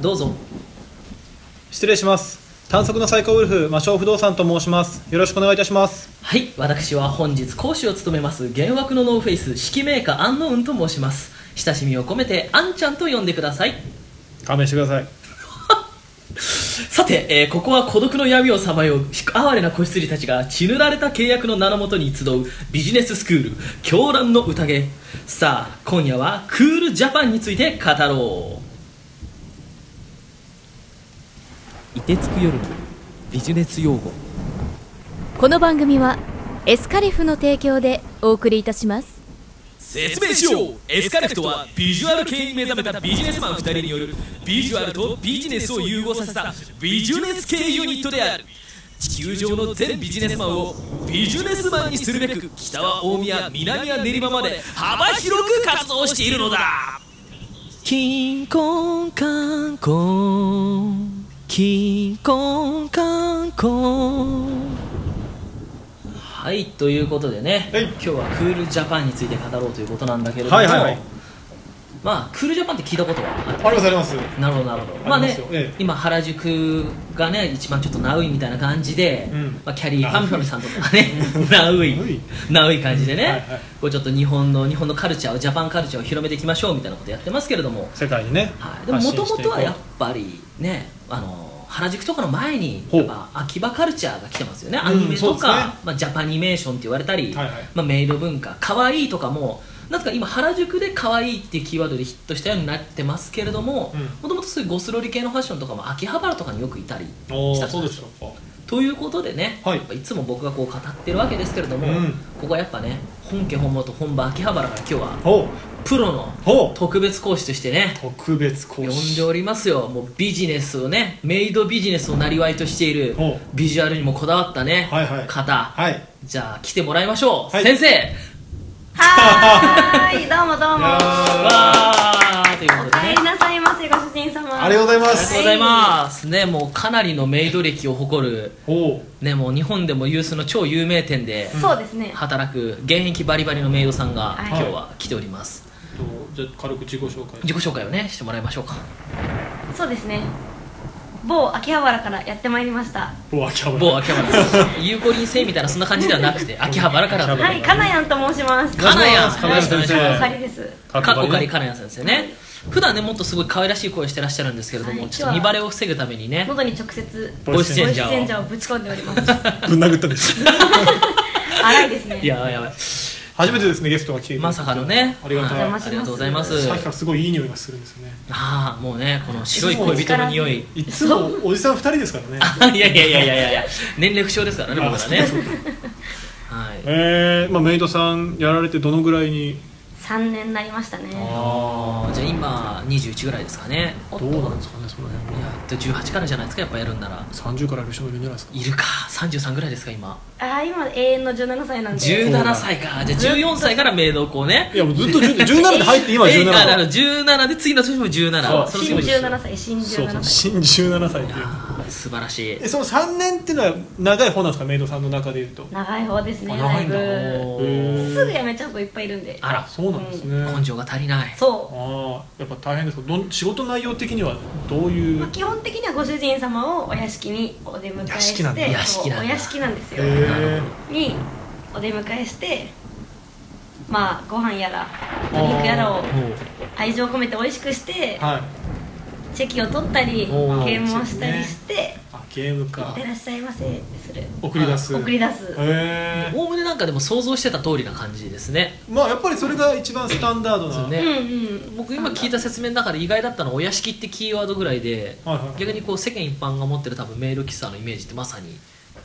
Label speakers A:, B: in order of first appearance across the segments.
A: どうぞ
B: 失礼します短足のサイコウルフ魔性不動産と申しますよろしくお願いいたします
A: はい私は本日講師を務めます幻惑のノーフェイス指揮メーカーアンノウンと申します親しみを込めてアンちゃんと呼んでください
B: 勘弁してください
A: さて、えーここは孤独の闇をさまよう哀れな子羊たちが血塗られた契約の名のもとに集うビジネススクール狂乱の宴さあ今夜はクールジャパンについて語ろういてつく夜のビジネス用語
C: この番組はエスカリフの提供でお送りいたします
D: 説明しようエスカレフトはビジュアル系に目覚めたビジネスマン2人によるビジュアルとビジネスを融合させたビジネス系ユニットである地球上の全ビジネスマンをビジネスマンにするべく北は大宮南は練馬まで幅広く活動しているのだ
A: 金婚観光金婚観光はいということでね、
B: はい
A: 今日はクールジャパンについて語ろうということなんだけれども、
B: はいはいはい
A: まあクールジャパンって聞いたことはある
B: ありますあります
A: なるほどなるほどまあ
B: あり
A: ね
B: ますよええ
A: 今原宿がね一番ちょっとナウイみたいな感じで、
B: うん
A: まあ、キャリーパンファミさんとか ねナウ
B: ナウイ
A: イナウイ感じでね、
B: はいはい
A: こうちょっと日本の日本のカルチャーをジャパンカルチャーを広めていきましょうみたいなことやってますけれども、
B: 世界にね、
A: はい、でも
B: 発
A: も
B: 信
A: と
B: し
A: も
B: てい
A: と
B: こう
A: はやっぱりねあの原宿とかの前に
B: ほう
A: やっぱ秋葉カルチャーが来てますよね
B: ん
A: アニメ
B: そ
A: と
B: うですね
A: か、まあ、ジャパニメーションって言われたり、
B: はいはい
A: まあ、メイド文化可愛いとかもなんか今原宿で可愛いっていうキーワードでヒットしたようになってますけれども
B: うん
A: もともとそういうゴスロリ系のファッションとかも秋葉原とかによくいたり
B: お
A: した
B: ー
A: じゃ
B: そ
A: な
B: う
A: いで
B: で
A: す
B: し
A: か
B: ょうか
A: ということでね、
B: はい
A: やっぱいつも僕がこう語ってるわけですけれども、
B: うん
A: ここはやっぱね本家本元本場秋葉原から今日は
B: ほう
A: プロの
B: ほう
A: 特別講師としてね
B: 特別講
A: 呼ん
B: 師
A: でおりますよもうビジネスをねメイドビジネスをなりわいとしている
B: ほ
A: ビジュアルにもこだわったね、
B: はいはい
A: 方、
B: はい
A: じゃあ来てもらいましょう、
B: はい
A: 先生
E: はーい、どうもどう
B: い
E: も
B: や。
A: わーというこ
E: お
A: とで
E: 帰
A: ね
E: りなさいませ、ご主人様。
B: ありがとうございま
A: ありがとう
B: す
A: ございますねもうかなりのメイド歴を誇る
B: ほ
A: ねもう日本でも有数の超有名店で
E: そうですね。
A: 働く現役バリバリのメイドさんが
E: はい
A: 今日は来ております、
B: うじゃあ軽く自己紹介
A: 自己紹介をねしてもらいましょうか
E: そうですね。某秋葉原からやってまいりました。
B: お秋葉
A: 某
B: 原
A: 秋葉原ゆうこりん生みたいなそんな感じではなくて秋葉原から
B: は
A: と
B: い
E: はい、かなやんと申します。
A: かなやん
B: かなやん先生
E: はいかなやんです。
A: かっこかり
B: ね
A: かなやさんですよね普段ねもっとすごい可愛らしい声してらっしゃるんですけれども、
E: はい
A: ちょっと見バレを防ぐためにね
E: 喉に直接、
B: ボ
A: ボ
B: イ
A: イス
B: スチ
A: チ
E: ボ
A: ェ
E: イ
A: ンジ
E: スチ
A: ャ
E: ェンジ
A: ー
E: ャーをぶち込んでおります。
B: ぶん殴ったんです
E: 荒いです
A: を
E: ね。
A: いやーやばい
B: 初めてですねゲストが来てくれて
A: まさかのね
B: ありがたい
E: お邪魔
A: ありがとうございます
B: さっきからすごいいい匂いがするんですよね
A: ああもうねこの白い恋人の匂い
B: いつもおじさん二人ですからね
A: いやいやいやいやいやいや年齢不詳ですからね僕らね
B: あそう
A: はい
B: えー、まあメイドさんやられてどのぐらいに
E: 3年になりましたね。
A: あーじゃあ今21ぐらいですかね
E: おっ
B: どうなん
E: と
B: ですかねその辺
A: いや
B: は
A: えっと18からじゃないですかやっぱやるんなら
B: 30からいる人もいるんじゃないですか
A: いるか33ぐらいですか今
E: あー、今永遠の17歳なんで。
A: 17歳かじゃあ14歳からメイドをこうね
B: いやもうずっと10 17で入って今
A: え
B: 17
A: ー ああの
B: だ
A: 17で次の年も17
B: そう
A: その次
E: 新
A: も17
E: 17歳、新
B: そうそ
E: 17
B: う
E: 歳。
B: 新17歳っていう
A: あー素晴らしい
B: えその3年っていうのは長い方なんですかメイドさんの中でいうと
E: 長い方ですね、
B: あ
E: だ
B: 長い
E: い
B: んだ
E: ぶ。すぐ辞めちゃう子いっぱいいるんで。
A: あら
B: そうなんですね、
A: 根性が足りない
E: そ
B: あ
E: う。
B: あやっぱ大変ですかどん仕事内容的にはどうい
E: まあ、
B: う
E: 基本的にはご主人様をお屋敷にお出迎えして
B: 屋敷なんだ
A: 屋敷なんだ
E: そうお屋敷なんですよ、
B: え
E: にお出迎えしてまあご飯やらお肉やらを愛情込めて美味しくして
B: ー、はい
E: チェキを取ったり
B: おー
E: ゲームをしたりして
B: あゲーム
E: 「いっ
B: か
E: てらっしゃいませ」する
B: 送り出す
E: 送り出す
B: え
A: おおむねなんかでも想像してた通りな感じですね
B: ー、まあやっぱりそれが一番スタンダード
A: そう
B: な、
E: う
A: ね、
E: んうん
A: 僕今聞いた説明の中で意外だったのはお屋敷ってキーワードぐらいで
B: はいはい
A: 逆にこう世間一般が持ってる多分メール喫茶のイメージってまさに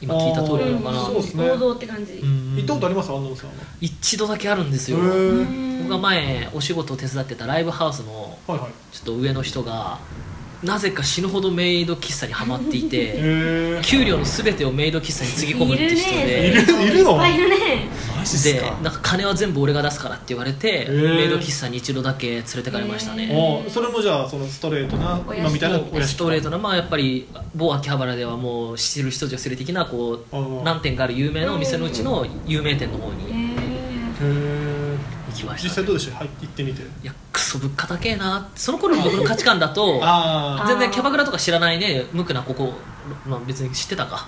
A: 今聞いた通
B: そ
A: り
B: う
A: なの
E: う
A: か
E: ん
A: な、
B: そうっすね
E: 王道って感じ、
B: 行ったことあります安野さんは
A: 一度だけあるんです
B: へ
A: よ、
B: ー
A: 僕が前お仕事を手伝ってたライブハウスの
B: はいはい
A: ちょっと上の人がなぜか死ぬほどメイド喫茶にはまっていて、
B: へえ
A: 給料の全てをメイド喫茶につぎ込むって人
B: い
A: で
B: るねいるの
E: いっぱいいるね
B: マジ
A: でなんか金は全部俺が出すからって言われて、
B: ー
A: メイド喫茶に一度だけ連れてかれましたね、
B: おーそれもじゃあそのストレートな
E: お屋敷
B: 今みたいなお屋敷
A: ストレートな、まあ、やっぱり某秋葉原ではもう知る人女知る的なこ
B: あー
A: う何店かある有名なお店のうちの有名店の方
E: へ
A: に
E: ー
B: へー
A: 行きま
B: 実
A: した
B: 際
A: ね、
B: どうでしたはい行ってみて
A: いやクソソ物価高えなその頃の僕の価値観だと
B: あ
A: 全然キャバクラとか知らないね無垢なここ、まあ、別に知ってたか
B: あ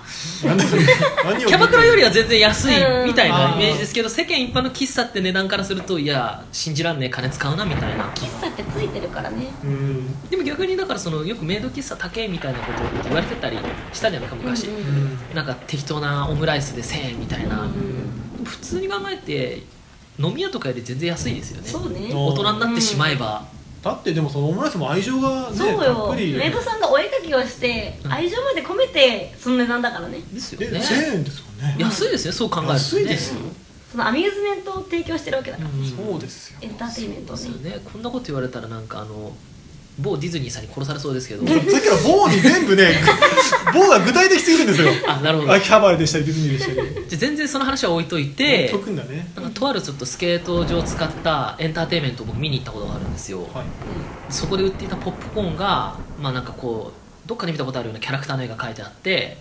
B: 何を
A: キャバクラより
B: は
A: は全然安いみたい
B: うん
A: なイメージですけど世間一般の喫茶って値段からするといや信じらんねえ金使うなみたいな
E: 喫茶ってついてるからね
A: でも逆にだからそのよくメイド喫茶高えみたいなことって言われてたりしたじゃないか昔、
E: うん
A: なんか適当なオムライスで1000円みたいな、普通に考えて飲み屋とかより全然安いですよね
E: そうね
B: お
A: 大人になってしまえば、
B: だってでもそのオムライスも愛情がね
E: そう
B: た
E: よ
B: っぷり
E: メイドさんがお絵描きをして
A: うん
E: 愛情まで込めてその値段だからね
A: ですよ
B: で
A: ね
B: 1000円ですもんね
A: 安いですねそう考えると、ね、
B: 安いですよ、
E: そのアミューズメントを提供してるわけだから
A: うん
B: そうですよ
E: エンターテインメントを
A: そう
E: ね
A: ですよねこんなこと言われたらなんかあの某ディズニーさんに殺されそうですけ ど
B: さっきから棒に全 部ね棒が具体的すぎるんですよ
A: あなるほど
B: あキャバレーでしたりディズニーでしたり
A: じゃあ全然その話は置いといて
B: 解くんだね
A: なんかとあるちょっとスケート場を使ったエンターテインメントを僕見に行ったことがあるんですよ、
B: はい
A: そこで売っていたポップコーンがまあなんかこうどっかで見たことあるようなキャラクターの絵が書いてあって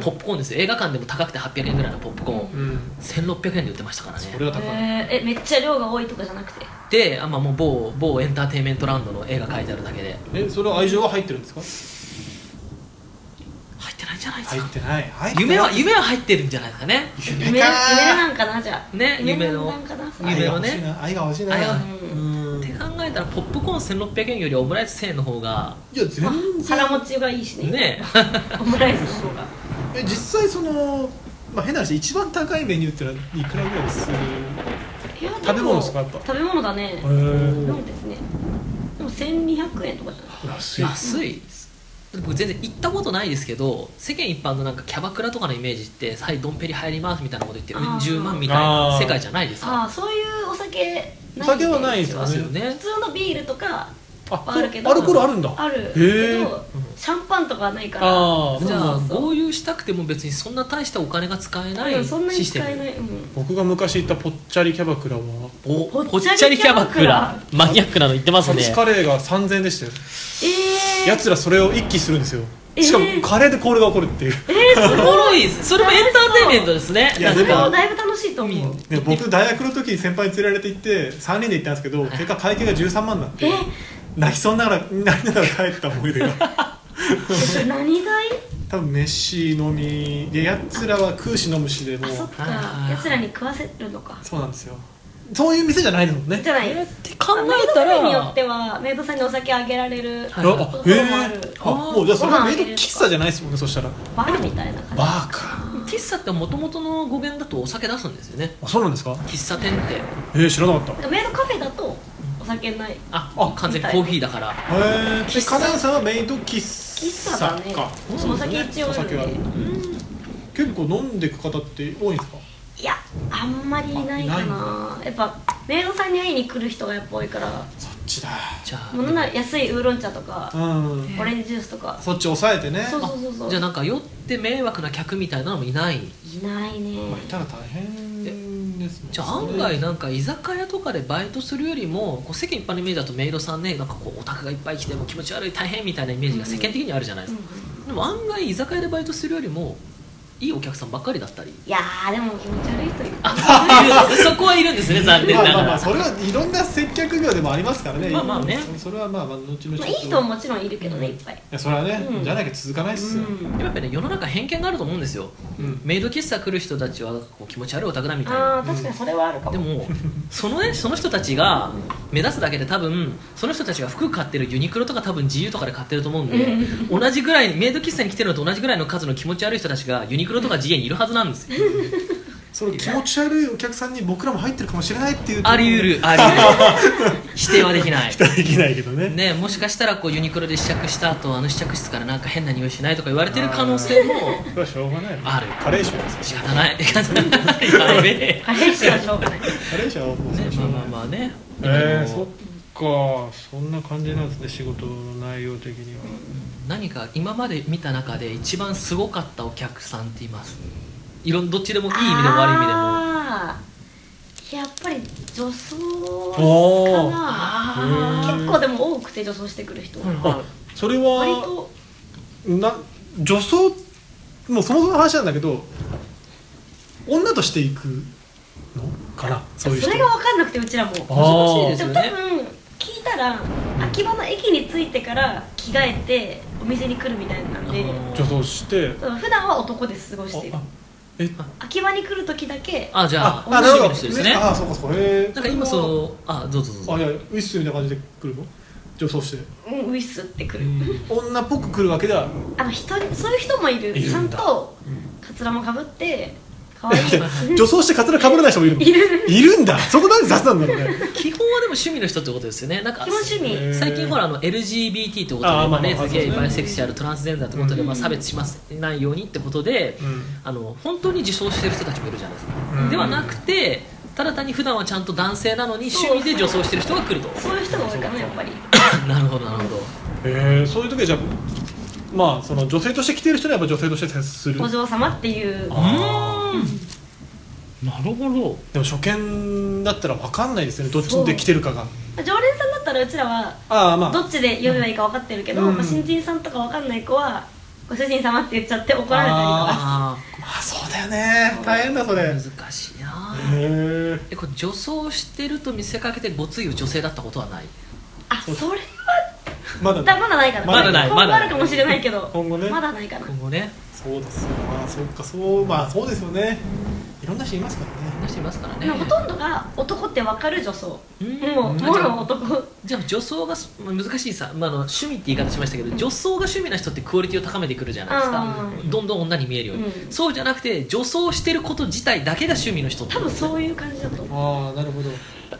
A: ポップコーンですよ映画館でも高くて800円ぐらいのポップコーン、
B: うん
A: 1600円で売ってましたからね
B: これは高い
E: えーえめっちゃ量が多いとかじゃなくて
A: であ、まあ、もう某某エンターテインメントランドの絵が書いてあるだけで
B: えそれは愛情が入ってるんですか
A: 入ってないんじゃないです
B: 入
A: か
B: ってない入ってない
A: 夢は夢は入ってるんじゃないですかね
E: 夢
B: 夢
E: 夢
B: か
E: なんかなじゃあ
A: ね夢の
E: なんかなそれ
A: 夢をね
B: 愛が欲しいな愛
A: 愛
B: が
A: が
B: 欲
A: 欲
B: し
A: し
B: い
E: い
B: な
E: な
B: うん
A: っ
B: い
A: て
B: や
A: 考えたらポップコーン1600円よりオムライス1000円の方が
B: 全
E: まあ
B: 然
E: 腹持ちがいいしね
A: ね
E: オムライスの方が
B: え実際そのまあ変な話一番高いメニューってのはいくらぐらいする
E: いやも
B: 食べ物ですかやっぱ
E: 食べ物だね
B: へ
E: そうですねでも1200円とかじゃない
B: え安い
A: 安い僕全然行ったことないですけど世間一般のなんかキャバクラとかのイメージって「はいドンペリ入ります」みたいなこと言って
E: あ
A: う
E: ー
A: ん十万みたいな世界じゃないです
E: あ
A: か
E: あそういうお酒
B: お酒はない
E: ん
B: で
E: ですす
B: よ
E: よ
B: あ
A: ですよね
E: 普通のビールとか
B: あ
E: あるけど
B: アルコールあるんだ
E: ある
B: へ
E: け
B: え
E: どシャンパンとかはないから
B: ああ
E: そう
A: じゃあ
E: そうそう
A: 合流したくても別にそんな大したお金が使えな
E: う
A: い
E: んそんなに
A: システ
E: 使えな
A: ム
E: いうん
B: 僕が昔行ったぽっちゃりキャバクラは
A: お
E: ぽっ
A: ぽっちゃりキャバクラマニアックなの言ってま
B: サ
A: す
B: ブ
A: ね
B: チカレーが3000円でしたよ
E: ええ
B: やつらそれを一気するんですよ
E: えー
B: しかもカレーでコールが起こるっていう、
A: おもろいですそれもエンターテインメントですね
B: いや
E: そ
B: で
E: れ
B: も
E: もだいぶ楽しいと思う
B: ね、僕大学の時に先輩に連れられて行って3人で行ったんですけど結果会計が13万になって
E: え
B: 泣きそうにながら泣きながら帰った思い出が
E: それ何代
B: 多分飯飲みでやつらは食うし飲むしでも
E: あ
B: う
E: そっか
A: あー
E: やつらに食わせるのか
B: そうなんですよそういう店じゃないですもんね
E: じゃない
A: え
E: で
A: っ
E: す
A: て考
E: メイ
A: え
E: ド
A: た
E: カフェによ
A: ら
E: ってはメイドさんにお酒あげられる
A: は
B: あ
A: いはい
B: あ
E: そう
B: へ
E: いう
B: え
E: のもある
B: あもうじゃあそれ
E: ご飯
B: はメイ
E: 入
B: ド
E: れるとか
B: 喫茶じゃないですもんねそしたら
E: バーみたいな感じ
B: バーか
A: 喫茶ってもともとの語源だとお酒出すんですよね
B: あそうなんですか
A: 喫茶店って
B: えー、知らなかったへ
E: メイドカフェだとお酒ない
A: あ
B: あ
A: 完全にコーヒーだから
B: え
A: 喫茶
B: カナンさんはメイド喫
E: 喫
B: 茶
E: 茶だね
B: か
E: お酒一応
B: お
E: ある
B: 酒
E: ん
B: は
E: で
B: 結構飲んでく方って多いんですか
E: いやあんまりいない
B: あ
E: か
B: い
E: なやっぱメイドさんに会いに来る人がやっぱ多いから
B: そっちだ
A: じゃあ
E: もうなんなら安いウーロン茶とか
B: うん
E: オレンジジュースとか
B: そっち抑えてね
E: そうそうそうそう
A: じゃあなんか酔って迷惑な客みたいなのもいない
E: いないね
B: まあいたら大変ですもんね
A: じゃあ案外なんか居酒屋とかでバイトするよりもこう世間一般のイメージだとメイドさんねなんかこうオタクがいっぱい来てもう気持ち悪い大変みたいなイメージが世間的にあるじゃないですか、でも案外居酒屋でバイトするよりもいいお客さんばっかりだ ったり
E: いやーでも気持ち悪い人いる
A: あいるそこはいるんですね残念
B: ま
A: なが
B: あま
A: ら、
B: あまあそれはいろんな接客業でもありますからね
A: まあまあね
B: それはまあまあ後々
E: まあいい人ももちろんいるけどねいっぱい
B: いやそれはね、
E: うん
B: じゃなきゃ続かないっすよ、
E: うん
A: やっぱりね世の中偏見があると思うんですよ
B: うん
A: メイド喫茶来る人たちはこう気持ち悪いオタクだみたいな
E: あー確かにそれはあるか
A: で
E: も
A: もそのねその人たちが目指すだけで多分その人たちが服買ってるユニクロとか多分自由とかで買ってると思うんで同じぐらいメイド喫茶に来てるのと同じぐらいの数の気持ち悪い人たちがユニクロとか自由にいるはずなん ですよ
B: それ気持ち悪いお客さんに僕らも入ってるかもしれないっていう
A: あり得るあり 得る否定はできない
B: できないけどね
A: ね、もしかしたらこうユニクロで試着した後あの試着室からなんか変な匂いしないとか言われてる可能性も
B: それはしょうがないよね
A: ある
B: カレーショーです
A: 仕方 ない やべえ
E: カレーしかしょうがない
B: カレーショーはもうそれ
A: ね
B: はし
A: ま
B: ょ
A: あ
B: うが
A: まあ
B: ない
A: まあね
B: えー、
A: で
B: そ
A: も
B: っかそんな感じなんですね仕事の内容的には
A: 何か今まで見た中で一番すごかったお客さんっていますいろんどっちでもいい意味でも悪い意味でも
E: あーやっぱり女装
B: おー
E: か
A: あ
E: な結構でも多くて女装してくる人、
A: ー
B: あそれ
E: 割
B: は
E: と
B: な女装もうそもそもの話なんだけど女としていくのかなそういう
E: そ
B: 人
E: れが分かんなくてうちらも
B: あ
A: 難し
B: ー
A: いですよね
E: も多分聞いたら秋葉の駅に着いてから着替えてお店に来るみたいなんで
B: 女装して
E: そう普段は男で過ごしている
B: ああえ
E: 秋葉に来る時だけ
A: あじゃあ
B: な
A: 面
B: る
A: 白い
B: ほど
A: の人ですね
B: あそうかそうかへえ
A: なんか今そのあどうぞどうぞ
B: あいやウィッスみたいな感じで来るの女装して
E: うんウィスって来る
B: 女っぽく来るわけでは
E: あの人にそういう人もいる
B: いるんだ
E: ちゃんとカツラもかぶって可愛い
B: 女装してカツラ被らない人もいるの
E: いる
B: いるんだそこなんで雑なん だろうね
A: 基本はでも趣味の人ってことですよねなんか
E: 基本趣味
B: へー
A: 最近ほらあの LGBT ってことで
B: あーまあま
A: ま
B: あ
A: あレズゲイ
B: そうですね
A: バイセクシュアルトランスジェンダーってことで
B: うん
A: まあ差別しますないようにってことで
B: うん
A: あの本当に自称してる人たちもいるじゃないです
B: う
A: か
B: ん
A: ではなくてただ単に普段はちゃんと男性なのに
E: そう
A: 趣味で女装してる人が来ると
E: そういう人が多いかなやっぱり
A: なるほどなるほど
B: へえそういう時はじゃあまあその女性として来てる人にはやっぱ女性として接する
E: お嬢様っていう
B: あー
A: なるほど
B: でも初見だったら分かんないですよねどっちで来てるかが
E: 常連さんだったらうちらは
B: ああま
E: どっちで呼べばいいか分かってるけど、
B: うん
E: まあ、新人さんとか分かんない子はご主人様って言っちゃって怒られたりとか
A: あ
B: あそうだよね大変だそれへ
A: ー難しいな
B: え
A: えこれ女装してると見せかけてごつい女性だったことはない
E: あそれ
B: まだ
E: だまだないかな
B: まだない
E: 今
A: ま
E: 後
A: だない
E: あるかもしれないけど
B: 今後ね
E: まだないかな
A: 今後ね
B: そうですよまあそっかそうまあそうですよねいろんな人いますからね
A: みんなしていますから
E: で
A: ね
E: もほとんどが男って分かる女装
A: うん
E: もうもろ男
A: じゃあ女装がすまあ難しいさ、まあ、あの趣味って言い方しましたけど女装が趣味な人ってクオリティを高めてくるじゃないですか
E: う
A: どんどん女に見えるように、
E: うん
A: そうじゃなくて女装してること自体だけが趣味の人って
E: 多分そういう感じだと思う
B: ああなるほど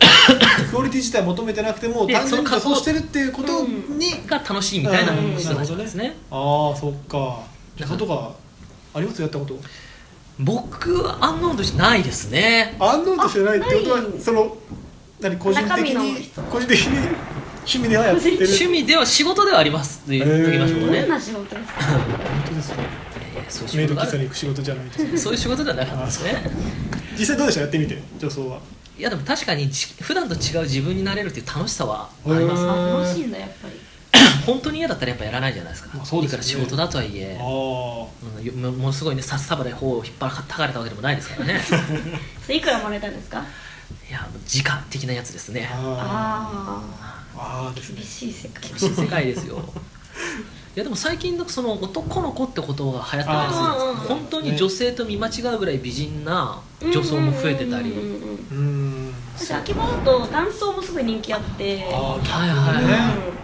B: クオリティ自体求めてなくても
A: いや
B: 単純に
A: その
B: 仮装してるっていうことに
A: が楽しいみたいな人たちなんですね
B: ああそっかじゃあそういうとかありますやったこと
A: 僕はアンノーンとしてないですね
B: 安納としてないってことは
E: あない
B: その何個人的
E: 中身の
B: に
E: 人
B: 個人的に趣味ではやってる
A: 趣味では仕事ではありますって言っておきましょうか
E: ど
A: ね、
B: へ
E: んな仕事ですか
B: 本当ですか
A: いやいやそういう
B: メ
A: 仕
B: イド
A: 事があ
B: 喫茶
A: る
B: に行く仕事じゃないです
A: そういう仕事ではなかったですね
B: 実際どうでしたやってみて女装はい
A: やでも確かにじ普段と違う自分になれるっていう楽しさはあります
B: へー
E: あ楽しいんだやっぱり
A: 本当に嫌だったらやっぱやらないじゃないですか、
B: まあそうです
A: い
B: よ
A: くら
B: ね
A: 仕事だとはいえ
B: あ
A: うんもものすごいね札束で頬を引っ張らたかれたわけでもないですからね
E: それいくらもらえたんですか
A: いや時間的なやつですね
B: あ
E: あ
B: ーあーです
E: ー
B: ね
E: 厳しい世界
A: 新世界ですよいやでも最近のその男の子ってことが流行ったりするんです
E: あー
A: けど本当に女性と見間違うぐらい美人な女装も増えてたり
E: うんうんうんう
B: うー
E: ん
B: ん
E: 私秋葉だと男装もすごい人気あって
B: あー
A: はいはい
E: うん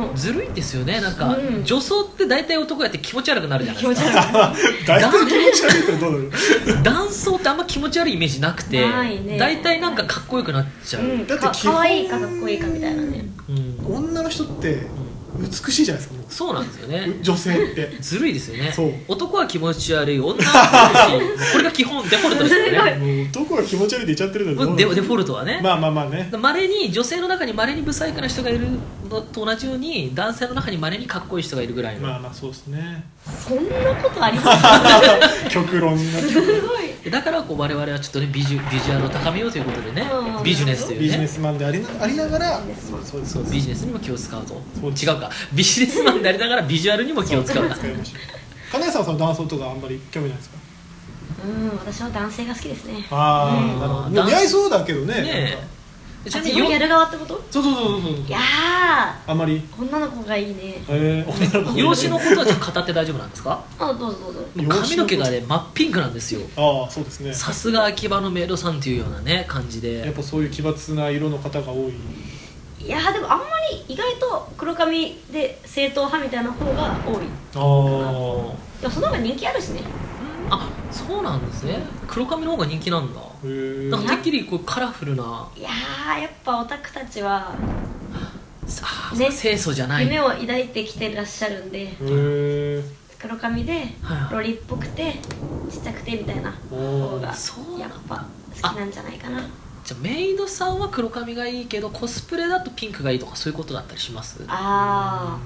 E: もう
A: ずるいんですよねなんか、
E: うん
A: 女装って大体男やって気持ち悪くなるじゃない
E: 気
A: で
E: 持
A: す
E: ち
A: か
E: 悪 い
B: 大体気持ち悪いってどうな
A: 男装ってあんま気持ち悪いイメージなくて
E: ないね
A: 大体なんかかっこよくなっちゃう、
E: うん、
B: だって
E: か
B: 基
E: か
B: 本
E: わいいかかっこいいかみたいなね
A: うん
B: の女の人って美しいじゃないですかも
A: そうなんですよ
B: う
A: ね
B: 女性って
A: ずるいですよね
B: そう
A: 男は気持ち悪い女は気持ち悪いこれが基本デフォルトですよね
B: もう男が気持ち悪いって言っちゃってるの
A: うん
B: に
A: デデフォルトはね
B: まあまあまあね
A: まれに女性の中にまれに不細工な人がいるのと同じように男性の中にまれにかっこいい人がいるぐらいの、
B: まあまあそうですね
E: そんなことあり ます
B: 極論になって
E: すごい
A: だからこう我々はちょっとねビジュビジュアルを高めようということでね
E: うん
A: ビジネスというね
B: ビジネスマンでありなありながらそうそうです
A: そうビジネスにも気を使うと
B: そうです
A: 違うかビジネスマンでありながらビジュアルにも気を使うか
B: 使いましょう金谷さんはその男装とかあんまり興味ないですか
E: うん私は男性が好きですね
B: ああ、
E: うん
B: なるほどで
A: ダン
B: も
A: ス
B: 似合いそうだけどね
A: ねえち
E: あ
A: なみ
E: 自
A: によ
E: 分やる側ってこと
B: そうそうそうそうそう
E: いやー
B: あんまり
E: 女の子がいいね
B: えー、女の子
A: 容姿のことはちょっと語って大丈夫なんですか
E: あどうぞどうぞ
A: もう髪の毛がね真っピンクなんですよ
B: ああそうですね
A: さすが秋葉のメイドさんっていうようなね感じ
B: やっ
A: で
B: ぱそういう奇抜な色の方が多い
E: いやーでもあんまり意外と黒髪で正統派みたいな方が多い
B: ああ
E: でもその方が人気あるしね
A: あそうなんですね黒髪の方が人気なんだ
B: へえ
A: なんかてっきりこうカラフルなあ
E: いやーやっぱオタクたちは
A: ー
E: ね
A: 清楚じゃない
E: 夢を抱いてきてらっしゃるんで
B: へえ
E: 黒髪で
A: はい
E: ロリっぽくてちっちゃくてみたいな方が
A: そうな
E: やっ
A: んだ
E: ぱ好きなんじゃないかな
A: じゃあメイドさんは黒髪がいいけどコスプレだとピンクがいいとかそういうことだったりします
E: あ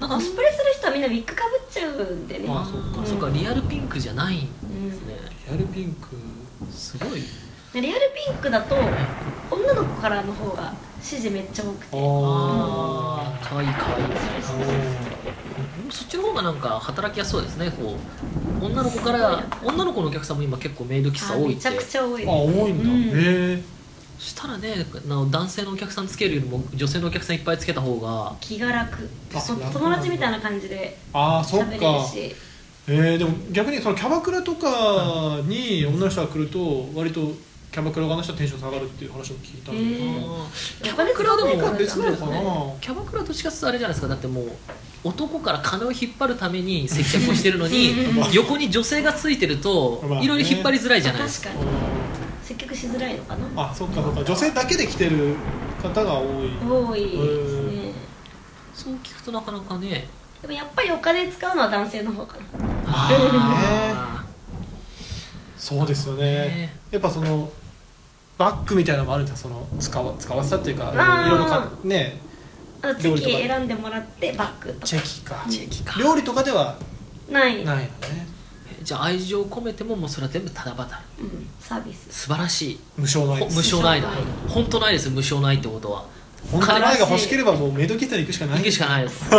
A: な
E: あ
A: んか
E: コスプレする人はみんなウィッグかぶっちゃうんでね
B: あそう
A: あそうかリアルピンクじゃないんですね
B: リアルピンク
A: すごい
E: うんリアルピンクだと女の子からの方が支持めっちゃ多くて
A: ああかわいいかわいい
B: あー
A: そっちの方がなんか働きやすそうですねこう女の子から女の子のお客さんも今結構メイド喫茶
E: あ
A: 多い
E: め
A: っ
E: ちゃ
A: て
E: くちゃ多い
B: あ多いんだ、
E: うん
B: へえ
A: したらねな男性のお客さんつけるよりも女性のお客さんいっぱいつけた方が
E: 気が楽
B: あ
E: そ
B: 楽
E: 友達みたいな感じで
B: ああそっ
E: 喋
B: か
E: れるし
B: えー、でも逆にそのキャバクラとかに女の人が来ると割とキャバクラ側の人はテンション下がるっていう話を聞いたん
E: え
B: で、
E: ー
A: キャバクラで
E: お金使わ
A: も
E: ない
B: 別なのかな、
A: キャバクラどっちかっていうとあれじゃないですかだってもう男から金を引っ張るために接客をしてるのに 横に女性がついてると
B: まあね
A: いろいろ引っ張りづらいじゃないです
E: 確
A: か
E: かに接客しづらいのかな
B: あそっかそっか女性だけで来てる方が多い
E: 多いですね
A: そう聞くとなかなかね
E: でもやっぱりお金使うのは男性の方かな
A: あ
B: そうですよね
A: ね
B: やっぱそのバッグみたいなのもあるじゃんその使わ使わせたっていうか
E: あー
B: いろいろかね
E: あとチェキ選んでもらってバッグと
B: チェ
E: か
B: キか
A: ーチェキか
B: 料理とかでは
E: ない、
B: ないのね
A: じゃあ愛情を込めてももうそれは全部ただ働き
E: うん、サービス
A: 素晴らしい
B: 無償の
A: ほ
B: やつ
A: 無償ないだ本当ないです無償ないってことは
B: 本当に前が欲しければもうメイド喫茶に行くしかない
A: 行くしかないです、ね、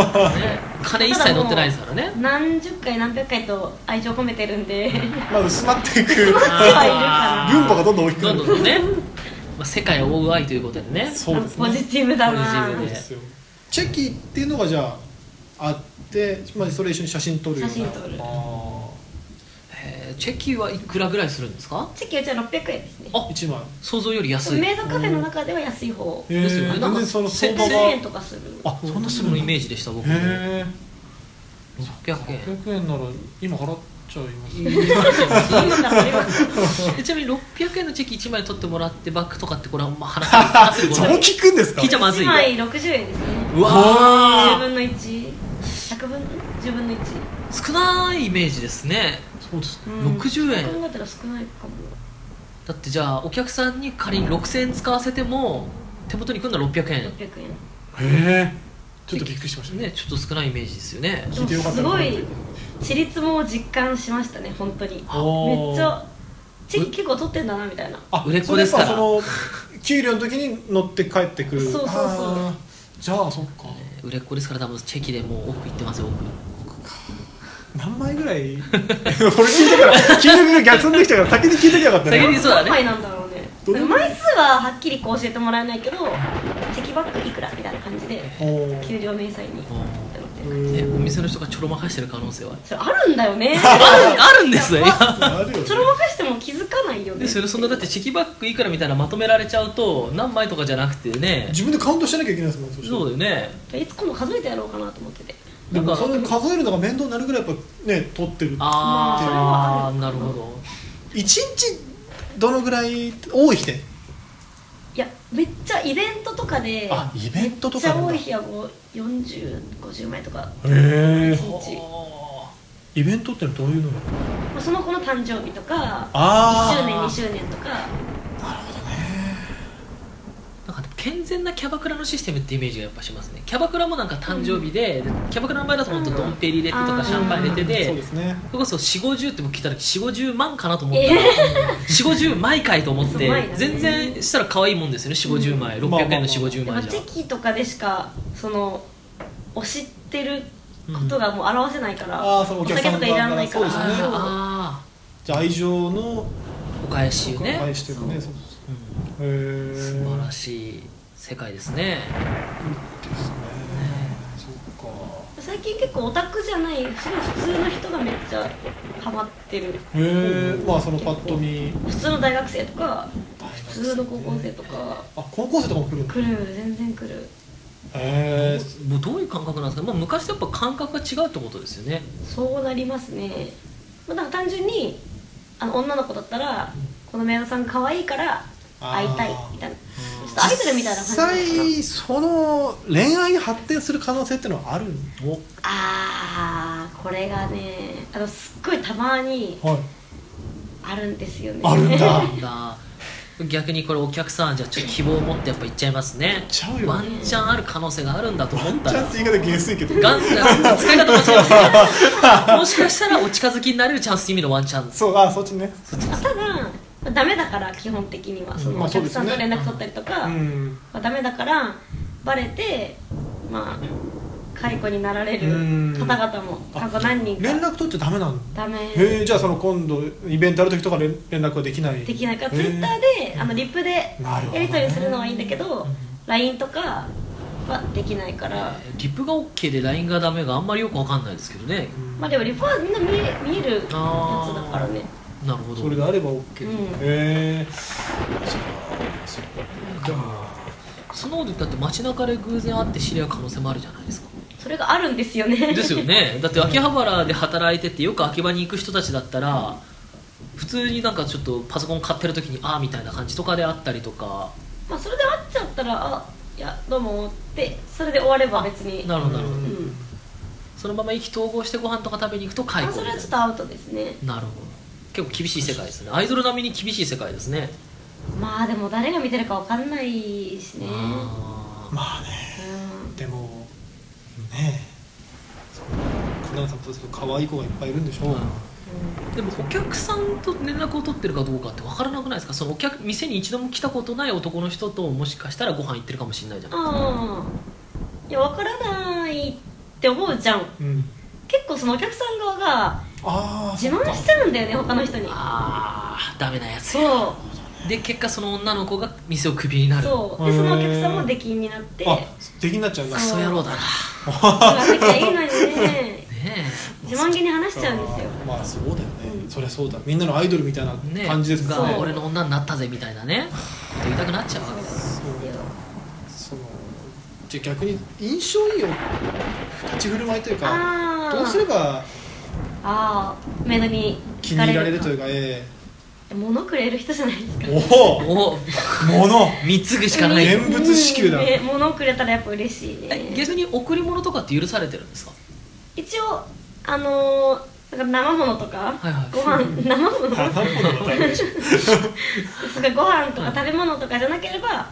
A: 金一切乗ってないですからね
E: 何十回何百回と愛情込めてるんで
B: まあ薄まっていく分
E: あ
B: 母がどんどん大きくな
A: どん
B: る
A: どんどんね、まあ、世界を覆う愛ということでね
B: そうです
E: ポ
B: ね
E: ジティブだな
A: ポジティブで
B: ですよチェキっていうのがじゃああって、まあ、それ一緒に写真撮るような
E: 写真撮る
B: あ
A: えーチェキはいくらぐらいするんですか
E: チェキうちは600円ですね
A: あ
B: ー1枚
A: 想像より安い
E: メイドカフェの中では安い方
B: え
A: ですよね
B: ー、
A: なん
B: 全
A: か
B: 然その相
E: 1000
B: 場が
E: 円とかする
B: あ
A: そんなすぐのイメージでした僕も
B: へえ
A: 600円
B: 100円なら今払っちゃいますね
E: 今から取りますよ
A: え ちなみに600円のチェキ1枚取ってもらってバッグとかってこれはあんま話せない話せるこ
B: そ
A: と
B: う
A: ない
B: 聞くんですか
A: 聞いちゃまずい
E: 1
A: よ
E: 枚60円ですね
A: うわ
E: 10
A: ー
E: 分の1100分10分の1
A: 少ないイメージですね
B: そうですね
E: うん
A: 60円
E: そう考えたら少ないかも
A: だってじゃあお客さんに仮に6000円使わせても手元に来るのは600円
B: へ
E: 600円
B: えちょっとびっくりしましたね
A: ねちょっと少ないイメージですよね
B: 聞いてよかった
E: すごい私立も実感しましたね本当にめっちゃチェキ結構取ってんだなみたいな
B: あ
A: 売れっ子ですから
B: それやっぱその給料の時に乗って帰ってくる
E: そうそうそう
B: あーじゃあそっか
A: 売れっ子ですから多分チェキでもう奥行ってますよ奥
B: 何枚ぐらい 俺聞いたから金額が逆算できたから先に聞いときゃよかった
A: 先に
B: ね
A: そうだ
E: 何
A: ね
E: 枚なんだろうね
B: どれ
E: 枚数ははっきりこう教えてもらえないけどチェキバッグいくらみたいな感じで
B: お
E: 給
B: ー
E: 料明細
A: お
E: に
A: ー
E: ってなって
A: ねお店の人がちょろまかしてる可能性は
E: それあるんだよ ね
A: あるあるんですよいや
B: あるよね
E: ちょろまかしても気づかないよ ね
A: ですよねそんなだってチェキバッグいくらみたいなまとめられちゃうと何枚とかじゃなくてね
B: 自分でカウントしなきゃいけないですもんそしたら
A: そうだよね
E: いつ今度数えてやろうかなと思ってて
B: で
A: な
B: も
A: んか
B: それ数えるのが面倒になるぐらいやっぱね取ってる
A: ああ
E: ま
A: な
E: あ
A: る
E: それはある
A: ほど
B: 一日どのぐらい多い日で
E: いやめっちゃイベントとかで
B: あイベントとか
E: め
B: な
E: っちゃ
B: ん
E: 多
B: だ
E: い日はもう4050枚とか
B: へえ
E: 一日
A: あ
B: イベントってのはどういうのなの
E: まあその子の誕生日とか1周年
B: あ
E: 2周年とか
A: ーなんか健全なキャバクラのシステムってイメージがやっぱしますねキャバクラもなんか誕生日で、でキャバクラの場合だと本当ドンペリ入れてと
E: あ
A: か
E: ー
A: シャンパン入れてで、
B: そうですね
A: それこそ4 5 0って僕聞いた時4 5 0万かなと思ったら、4 5 0枚かいと思って、
E: そう枚だね
A: 全然したら可愛いもんですよね4 5 0枚、
B: うん
A: 600円の4 5 0
E: でも
A: 枚じゃ
E: チェキとかでしかその推してることがもう表せないから、
B: あーそう
E: お
B: お客
E: 酒
B: さん
E: とかいらないから
B: 側
A: あ
B: からそうですね
A: ーあ
B: じゃあ愛情の
A: ーお返しよね
B: 返してるねそう
A: うん
B: そうそうへえ
A: 素晴らしい世界ですね
B: ですねそっか
E: 最近結構オタクじゃないすごい普通の人がめっちゃハマって
B: へ
E: る
B: えまあそのパッと見
E: 普通の大学生とか普通の高校生とか
B: あ高校生とかも来るんだ
E: 来る全然来る
B: へえ
A: もうどういう感覚なんですか、まあ、昔とやっぱ感覚が違うってことですよね
E: そうなりますね、まあ、だから単純にあの女の子だったらこのメイドさん可愛いから会いたいみたいなちょっとアイドルみたいな感じ
B: 実
E: なのかな
B: 際その恋愛に発展する可能性ってのはあるの
E: ああこれがねあのすっごいたまに
B: はい
E: あるんですよね
B: あるん だ
A: なんだ逆にこれお客さんじゃあちょっと希望を持ってやっぱ行っちゃいますね
B: ちゃうよ
A: ワンチャンある可能性があるんだと思った
B: ちゃ
A: ら
B: んと言い方ゲスいけど
A: ガンガン使い方間違えましたねもしかしたらお近づきになれるチャンス意味のワンチャンです
B: そうあそっちね
E: ただまあダメだから基本的にはそ
B: ま
E: の
B: あ
E: お
B: そう
E: 客
B: です
E: さ
B: ね
E: んと連絡取ったりとか、
B: うん
E: まあ、ダメだからバレてまあ解雇になられる
B: うん
E: 方々も過去何人
B: 連
E: か
B: 絡取っちゃダメなんだ
E: ダメ
B: へえじゃあその今度イベントある時とか連連絡はできない
E: できないから
B: へえ
E: ツイッターであのリップで
B: なるほどね
E: やり取りするのはいいんだけど
B: うん
E: LINE とかはできないから
A: リップが OK で LINE がダメがあんまりよくわかんないですけどね
E: まあでもリップはみんな見え見えるやつだからね
A: なるほど
B: それであれば OK
E: う
B: へ
E: ん
B: え
A: スノーでだって街中で偶然会って知り合う可能性もあるじゃないですか
E: それがあるんですよね
A: ですよねだって秋葉原で働いててよく秋葉に行く人たちだったら普通になんかちょっとパソコン買ってる時にああみたいな感じとかであったりとか
E: まあそれで会っちゃったらあいやどうもってそれで終われば別に
A: なるほどなるほ
E: う
A: ど
E: ん
A: そのまま意気投合してご飯とか食べに行くと解
E: あ
A: 雇み
E: それ
A: たい
E: は
A: な
E: ちょっとアウトですね
A: なるほど結構厳しい世界ですねアイドル並みに厳しい世界ですね
E: まあでも誰が見てるかわかんないしね
A: あー
B: まあね
E: うん
B: でもねえ金田さんとすると可愛い子がいっぱいいるんでしょう、
A: うんでもお客さんと連絡を取ってるかどうかって分からなくないですかそのお客店に一度も来たことない男の人ともしかしたらご飯行ってるかもしれないじゃない
E: ああいやわからないって思うじゃん
B: うん
E: 結構そのお客さん側が
B: ああ
E: 自慢しちゃうんだよね他の人に
A: ああダメなやつ
E: そ
A: で結果その女の子が店をクビにな
E: う
A: る
E: そうでそのお客さんも出禁になって
B: あ出来になっちゃうんだ
A: クソ野郎だなね
E: 言わなきゃいいのにね
A: え
E: 自慢げに話しちゃうんです よ
B: まあそうだよね、
E: うん
B: そりゃそうだみんなのアイドルみたいな
A: ねえ
B: 感じですからね
A: が俺の女になったぜみたいなね言いたくなっちゃうわけです
B: そうそのじゃあ逆に印象いいよ立ち振る舞いというか
E: ああ
B: どうすれば
E: ああメイドに
B: 気に入られる
E: か
B: というかえ
E: 物くれる人じゃないですか
B: えおお
A: お
B: 物
A: 三つぐしかない
B: え念仏支給だ
E: うんね物くれたらやっぱ嬉しい
A: え
E: ね
A: 逆に贈り物とかって許されてるんですか
E: 一応あのーなんか生物とか、
A: はいはい
E: ご飯 生物
B: 花物の大変でしょ
E: すごいご飯とか食べ物とかじゃなければ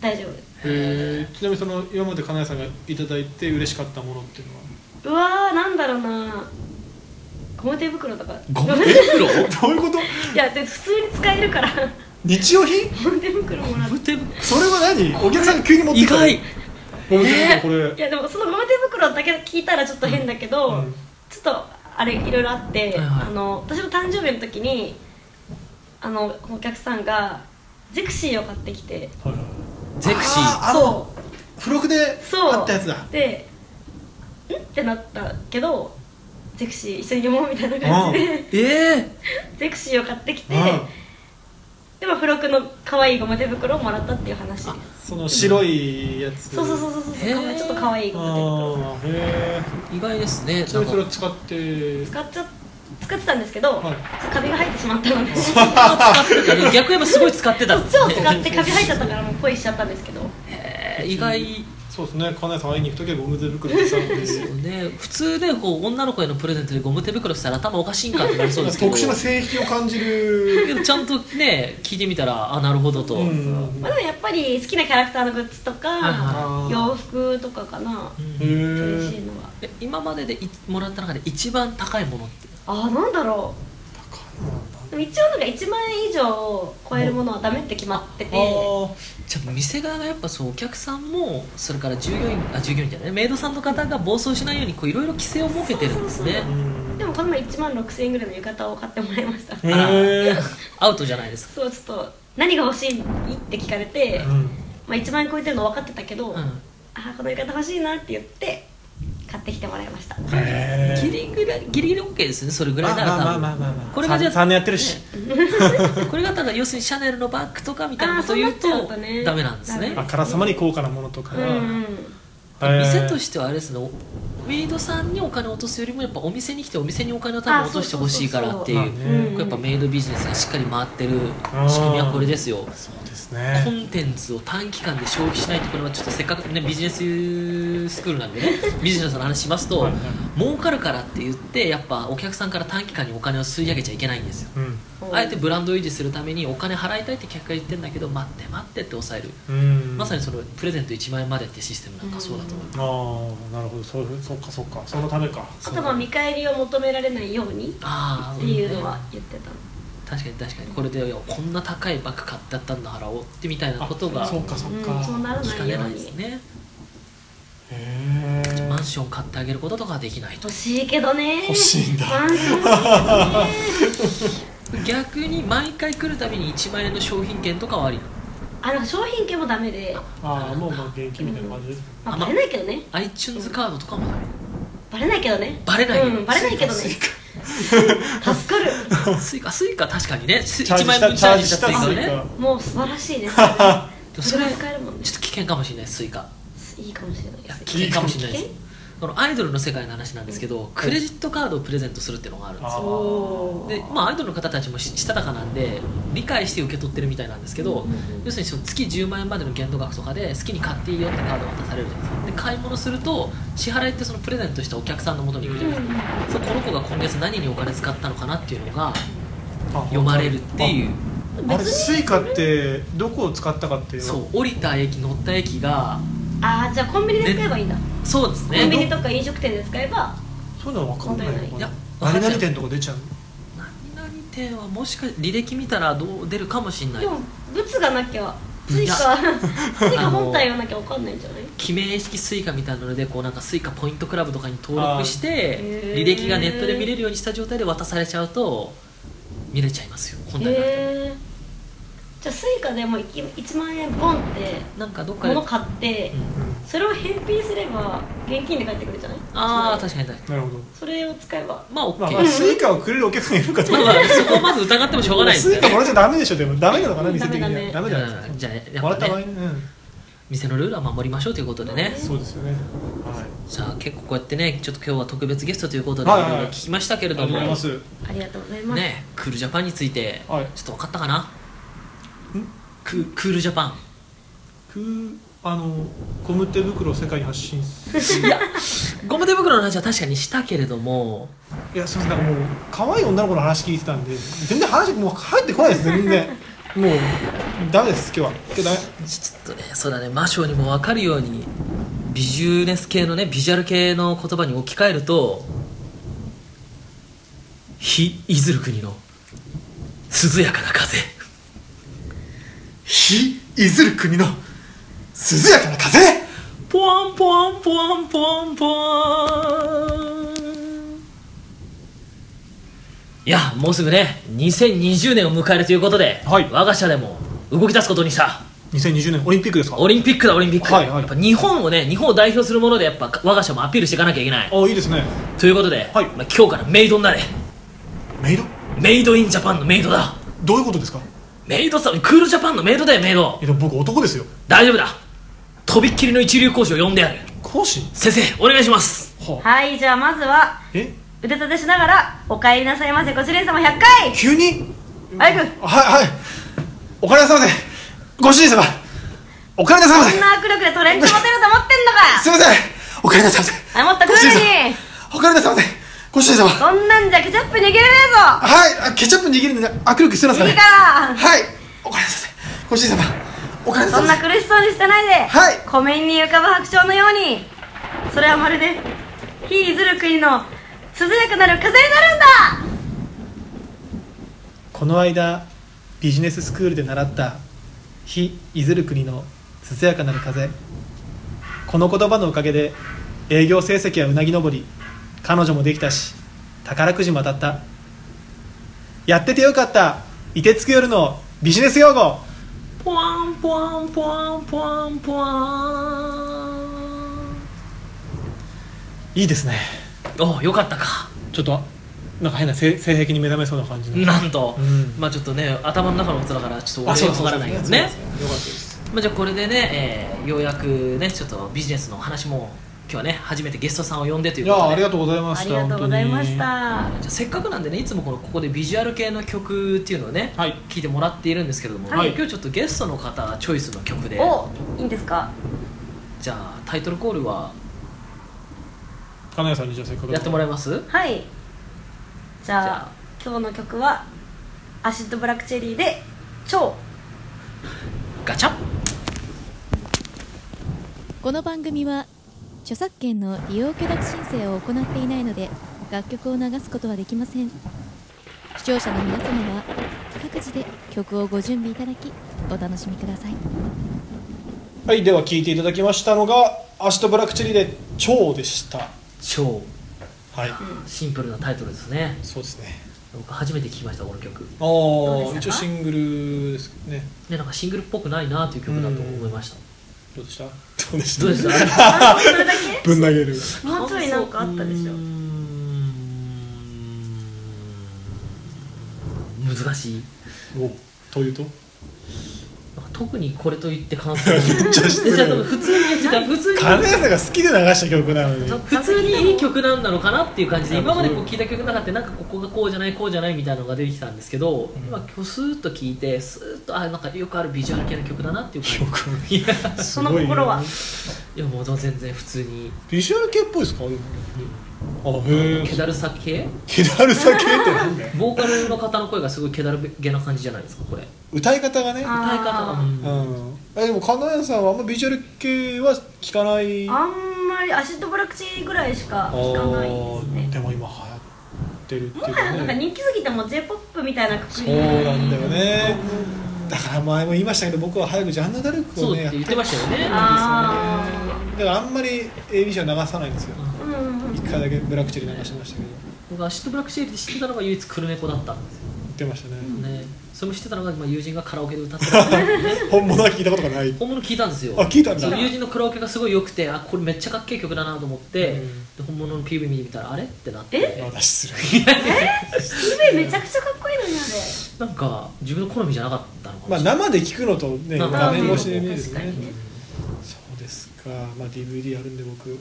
E: 大丈
B: えーちなみにその今まで金谷さんがいただいて嬉しかったものっていうのは
E: 夫うわーなんだろうなゴム手袋とか
A: ゴム手袋
B: どういうこと
E: いやで普通に使えるから
B: 日用品
E: ゴム手袋もらっ
A: ゴム手
B: それは何お客さんが急に持って
A: 意
B: きた
A: 外
B: ゴム手袋これ、
E: ていやでもそのゴム手袋だけ聞いたらちょっと変だけど、
B: うん
E: ちょっとあれいろいろあって、
A: はいはい
E: あの私の誕生日の時にあのお客さんがゼクシーを買ってきて
B: はいはい
A: ゼクシー
B: あの
E: そう
B: 付録で
E: そう
B: あったやつだ
E: で「ん?」ってなったけど「ゼクシー一緒に読もう」みたいな感じで
A: ええ
E: ゼクシーを買ってきて
B: うん
E: でも付録の可愛いゴム手袋をもらったっていう話です
B: その白いやつ
E: そうそうそうそうそう
A: へー
E: かわいいちょっと可愛いゴム手袋
B: ああへえ
A: 意外ですね
B: それそ
A: な
B: れ
A: んか
B: 使って
E: 使っちゃ使ってたんですけど、
B: はい
E: カビが入ってしまったのでそ
A: 逆に言えばすごい使ってたん
E: っ
A: で
E: ち
A: す
E: を
A: ね
E: 使ってカビ入っちゃったからもう恋しちゃったんですけど
A: えー意外
B: そうですね金谷さん会いに行く時はゴム手袋で使うんですよ
A: ね、普通でこう女の子へのプレゼントでゴム手袋したら頭おかしいんかってなりそうです けど
B: 特殊な性癖を感じる
A: けどちゃんとね聞いてみたらあなるほどと、
B: うん
E: まあでもやっぱり好きなキャラクターのグッズと
A: は
E: か
B: いはい
E: 洋服とかかな
B: へ
E: 嬉し
B: え
E: いのは
A: え今まででいもらった中で一番高いものって
E: ああなんだろうでも一応なんか1万円以上を超えるものはダメって決まってて
A: じゃあ店側がやっぱそうお客さんもそれから従業員あ従業員じゃないメイドさんの方が暴走しないようにこういろいろ規制を設けてるんですね
E: でもこの前1万6000円ぐらいの浴衣を買ってもらいました
B: へ
A: あら
B: え
A: アウトじゃないですか
E: そうちょっと何が欲しいって聞かれて、まあ、1万円超えてるの分かってたけど、
A: う
E: あ
A: ん
E: あこの浴衣欲しいなって言って買ってきてもらいました
B: へ
A: ギ
B: え
A: リギリギリギリ OK ですねそれぐらいなら多分これがじゃあ
B: 3年やってるし
A: ねこれがだから要するにシャネルのバッグとかみたいなことを言うと
E: あーそうなっちゃうとね
A: ダメなんですね
E: ダ
B: あからさまに高価なものとか
E: うんうん
A: 店と
B: て
A: してはあれですねおメイドさんにお金を落とすよりもやっぱお店に来てお店にお金を多分落としてほしいからってい
B: あそう
A: う
B: そうそうそ
E: う
A: こ
B: う
E: ん
A: うやっぱメイドビジネスがしっかり回ってる仕組みはこれですよ
B: そうです
A: コ
B: ね
A: ンテンツを短期間で消費しないとこれはちょっとせっかくねビジネススクール なんでねビジネスの話しますと
B: はいはい
A: 儲かるからって言ってやっぱお客さんから短期間にお金を吸い上げちゃいけないんですよ
B: うん
A: あえてブランドを維持するためにお金払いたいって客が言ってんだけど待って待ってって抑える
B: うん
A: まさにそのプレゼント1万円までってシステムなんかそうだと思います
B: ああなるほどそういうそっかそっかそのためか
E: あとまあ見返りを求められないようにっ
A: ああ
E: ていうのは言ってた
A: 確かに確かにこれでいやこんな高いバッグ買ってあったんだからおってみたいなことが
B: あそっかそっ
E: うん
B: か、
E: そうなら
A: 聞
E: な
A: か
E: い
A: れ
E: よう
A: ないで
E: に
A: すね
B: へえ
A: マンション買ってあげることとかはできないと
E: 欲しいけどね
F: 欲しいんだ
E: マンション欲しいけどね
A: 逆に毎回来るたびに1万円の商品券とかはありなの
E: あなんか商品券もダメで、
B: ああもうまあ現金みたいな感じです
E: ま
A: あ
E: あ、
A: まあ
E: バレないけどね
A: iTunes カードとかもダメ
E: バレないけどね
A: バレないよ
E: うん、バレないけどね助かる
A: スイカスイカ確かにねす
F: チャージ
A: 1万
F: し
A: 円
F: た
A: 分チャージし
F: チ
A: た
F: ャー
A: スイ
F: ジし
A: カ
F: た
A: を
F: スイ
A: ねで
F: カ
E: もう素晴らしいです、ね、
A: も
E: そ
A: それ
E: れ
A: は
E: ぐら
A: ちょ
E: い使えるもんね
A: っと危険かもしれないスイカ
E: いいかもしれない
A: い
E: で
A: や
E: す
A: 危険かもしれないです
E: 危険
A: このアイドルの世界の話なんですけどクレジットカードをプレゼントするっていうのがあるんですよ
E: おー
A: でまあ、アイドルの方たちもししたたかなんで理解して受け取ってるみたいなんですけど、要するにその月10万円までの限度額とかで好きに買っていいよってカードが渡されるじゃないですかで買い物すると支払いってそのプレゼントしたお客さんの元に行くじゃないですか、そうこの子が今月何にお金使ったのかなっていうのが読まれるっていう
B: あれスイカってどこを使ったかっていう
A: そう降りた駅乗った駅が
E: あーじゃあコンビニで使えばいいんだ、
A: そうです
E: コンビニ
A: ね
E: とか飲食店で使えば
B: そういうのは分かんない
E: い
B: の
A: や
B: かな何々店とか出ちゃう
A: 何々店はもしか履歴見たらどう出るかもしれない
E: でも物がなきゃ
A: い
E: スイ
A: や
E: カスイカ本体がなきゃわかんないんじゃない
A: 記名式スイカみたいなのでこうなんかスイカポイントクラブとかに登録し
E: あ
A: て
E: ー
A: 履歴がネットで見れるようにした状態で渡されちゃうと見れちゃいますよ本体から、
E: へえじゃあスイカでもういき1万円ボンって
A: なんかどっかで
E: 物買ってそれを返品すれば現金で返ってくるじゃない
A: ああ
E: か
A: 確かに確かに
B: なるほど
E: それを使えば
A: まあ OK、
B: まあ
A: ま
B: ま
A: あ
B: あスイカをくれるお客さんいるかと
A: まあそこをまず疑ってもしょうがないです
B: スイ
A: ね
B: カもらっちゃダメでしょでもダメなのかな
E: うん
B: 店的には
E: ダ
B: ダメ
E: メ
B: じゃない
A: うん
B: です
A: じゃあ
B: かも
A: や
B: ら
A: っ
B: った場
A: ぱ
B: 合
A: ね
B: ねうん
A: 店のルールは守りましょうということでね
B: そうですよねはい
A: じゃあ結構こうやってねちょっと今日は特別ゲストということでい
B: はい
A: ろ
B: はい
A: いろ聞きましたけれ
B: あり
A: ど
B: がとう
A: も、
B: ございます
E: ありがとうございます、
A: ねクールジャパンについてちょ
B: はい
A: っと分かったかな
B: ん
A: ククールジャパン
B: くあのゴム手袋を世界に発信する
A: いや、ゴム手袋の話は確かにしたけれども、
B: いやそのなんかもう可愛い女の子の話聞いてたんで全然話もう入ってこないです全然もうダメです今日は今日ダメ
A: ちょっとね、そうだね、魔性にも分かるように、ビジネス系のね、ビジュアル系の言葉に置き換えると、ひ、いずる国の、涼やかな風。
B: 日いずる国の涼やかな風
A: ポワンポワンポワンポワンポワン。いや、もうすぐね、2020年を迎えるということで、
B: はい
A: 我が社でも動き出すことにした。
B: 2020年オリンピックですか
A: オリンピックだオリンピック、
B: はいはい
A: やっぱ日本をね日本を代表するものでやっぱ我が社もアピールしていかなきゃいけない
B: あいいですね
A: ということで、
B: はい
A: まあ、今日からメイドになれ
B: メイド
A: メイドインジャパンのメイドだ
B: どういうことですか
A: メイドさクールジャパンのメイドだよメイド
B: いやでも僕男ですよ
A: 大丈夫だとびっきりの一流講師を呼んでやる
B: 講師
A: 先生お願いします
B: はあ
E: はいじゃあまずは
B: え
E: 腕立てしながら「お帰りなさいませご主人様100回
B: 急に」
E: 早く
B: はいはいお金なさいませご主人様お金なさいま
E: こん
B: せ
E: な握力でトレンチ持てると思ってんのか
B: すいませんお金なさいませ
E: あもっとクールに
B: お金なさいませご主人様
E: そんなんじゃケチャップ握れねえ
B: はいあケチャップ握るのに握力必要なん
E: ぞ
B: で
E: い
B: す
E: い
B: か
E: か
B: ね
E: ら
B: はいお金なさいませご主人様お金なさ
E: そ
B: い
E: ん
B: ま
E: な
B: せ
E: 苦しそうにしてないで、
B: はい
E: 湖面に浮かぶ白鳥のようにそれはまるで火いずる国の涼やかなる風になるんだ
B: この間ビジネススクールで習った「日いずる国の涼やかなる風」この言葉のおかげで営業成績はうなぎ登り彼女もできたし宝くじも当たったやっててよかった凍てつく夜のビジネス用語
A: ポワンポワンポワンポワンポワ
B: いいですね
A: ンおよかったか
B: ちょっとなんか変な性性癖に目覚めそうな感じの
A: なんと、
B: うん
A: まあちょっとね頭の中のことだからちょっと
B: あ
A: 俺
B: そう
A: は分か
B: だそうだ
A: らないけど
B: そう
A: ね
B: だそうだよかったです
A: まあ、じゃあこれでね、えーようやくねちょっとビジネスの話も今日はね初めてゲストさんを呼んでという
B: い
A: こと
B: やあ
A: で
B: りがとうございま
E: あ
B: し
E: り
B: た
E: がとうございまし
B: 本
A: じ
E: た
A: ゃあせっかくなんでねいつもこのここでビジュアル系の曲っていうのをね、
B: はい
A: 聞いてもらっているんですけれども、
E: はい
A: 今日ちょっとゲストの方チョイスの曲で
E: おいいんですか
A: じゃあタイトルコールは
B: 当に金谷さんにじゃあせっかく
A: やってもらえます
E: はいじゃあ
A: じゃあ
E: 今日の曲はアシッドブラックチェリーで「 超
A: ガチャ
C: この番組は著作権の利用許諾申請を行っていないので楽曲を流すことはできません視聴者の皆様は各自で曲をご準備いただきお楽しみください
B: はい、では聞いていただきましたのが、明日ブラックチェリーで「超」でした
A: 超
B: はい
A: シンプルなタイトルですね
B: そうですね
A: 僕初めて聞きましたこの曲
B: あ
E: う
B: あ
E: でし
B: 一
E: た
B: 応
E: か
B: シングルですけどね
A: でなんかシングルっぽくないなという曲だと思いました
B: どうでしたどうでし
A: どうでした
E: あそれだけ
B: ぶん投げる
E: もうちょいなんかあったでしょ
A: うーん難しい
B: おというと
A: なんか特にこれといって感想じ
B: じゃあ失
A: ゃあ多
B: 礼
A: 分普通に違う普通に
B: 金谷さんが好きで流した曲なのに
A: 普通にいい曲なんだろうかなっていう感じで
B: うん
A: 今までこう聞いた曲の中ってなんかここがこうじゃないこうじゃないみたいなのが出てきたんですけど、今今日スーッと聞いてスーッとあなんかよくあるビジュアル系の曲だなっていう感じいや
E: その心はい
A: やもう全然普通に
B: ビジュアル系っぽいですかあへえ
A: 気だるさ系
B: 気だるさ系ってなん だよ
A: ボーカルの方の声がすごい気だるげな感じじゃないですかこれ
B: 歌い方がね
A: 歌い方が、う
E: あ
A: ん
B: うんえでも金谷さんはあんまビジュアル系は聞かない
E: ーあんまりアシッドブラクチぐらいしか聞かな
B: あ
E: いです
B: ー
E: ね
B: でも今流行ってるってい
E: も
B: う
E: はやなん
B: か
E: か
B: ね
E: 人気すぎても j p o p みたいなくく
B: そう
E: りに
B: なんだよねだから前も言いましたけど僕は早くジャンヌ・ダルク
A: そ
B: を
A: うっ
B: ね
A: て
B: やって
A: 言ってましたよね
E: あ
B: だからあんまり ABC は流さないんですよ
E: あうんうんうん
B: 一回だけブラックチェリー流しましたけど
A: 僕アシッドブラックシェリーで知ってたのが唯一クルメ子だったんですよ
B: 言ってましたね、
A: ねそれも知ってたのが、まあ、友人がカラオケで歌ってたんで
B: 本物は聞いたことがない
A: 本物聞いたんですよ
B: あ聞いたんだ
A: そう友人のカラオケがすごい良くてあこれめっちゃかっけえ曲だなと思って、
B: うん
A: で本物の PV 見てみたらあれってなって
E: え
B: 私する
E: PV めちゃくちゃかっこいいのにあ
A: なんか自分の好みじゃなかったのか
B: ま
A: も
B: あ
A: しれない、
B: 生で聞くのとね
A: 生で
B: 画面越しで見る
E: れ
B: ね
E: 確かにね
B: そうですかまあ DVD あるんで僕
A: うん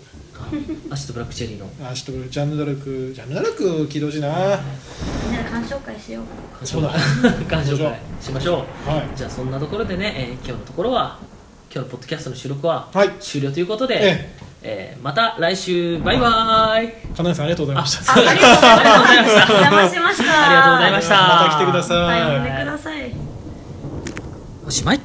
A: アシッドブラックチェリーの
B: あちょっとジャンヌ・ダルクジャンヌ・ダルク聞いてほしいなは
E: みんなで鑑賞会 しよう
A: 鑑賞
B: そうだ
A: 会鑑賞会しましょう
B: い
A: じゃあそんなところでね、えー今日のところは今日のポッドキャストの収録は
B: はい
A: 終了ということで、
B: え
A: えーまた来週バイバーイ
B: 金谷さんありがとうございました
E: あありがとうござい ましたお邪魔しました
A: ありがとうございました
B: また来てくださ
E: はいいお呼んでください
A: おしまい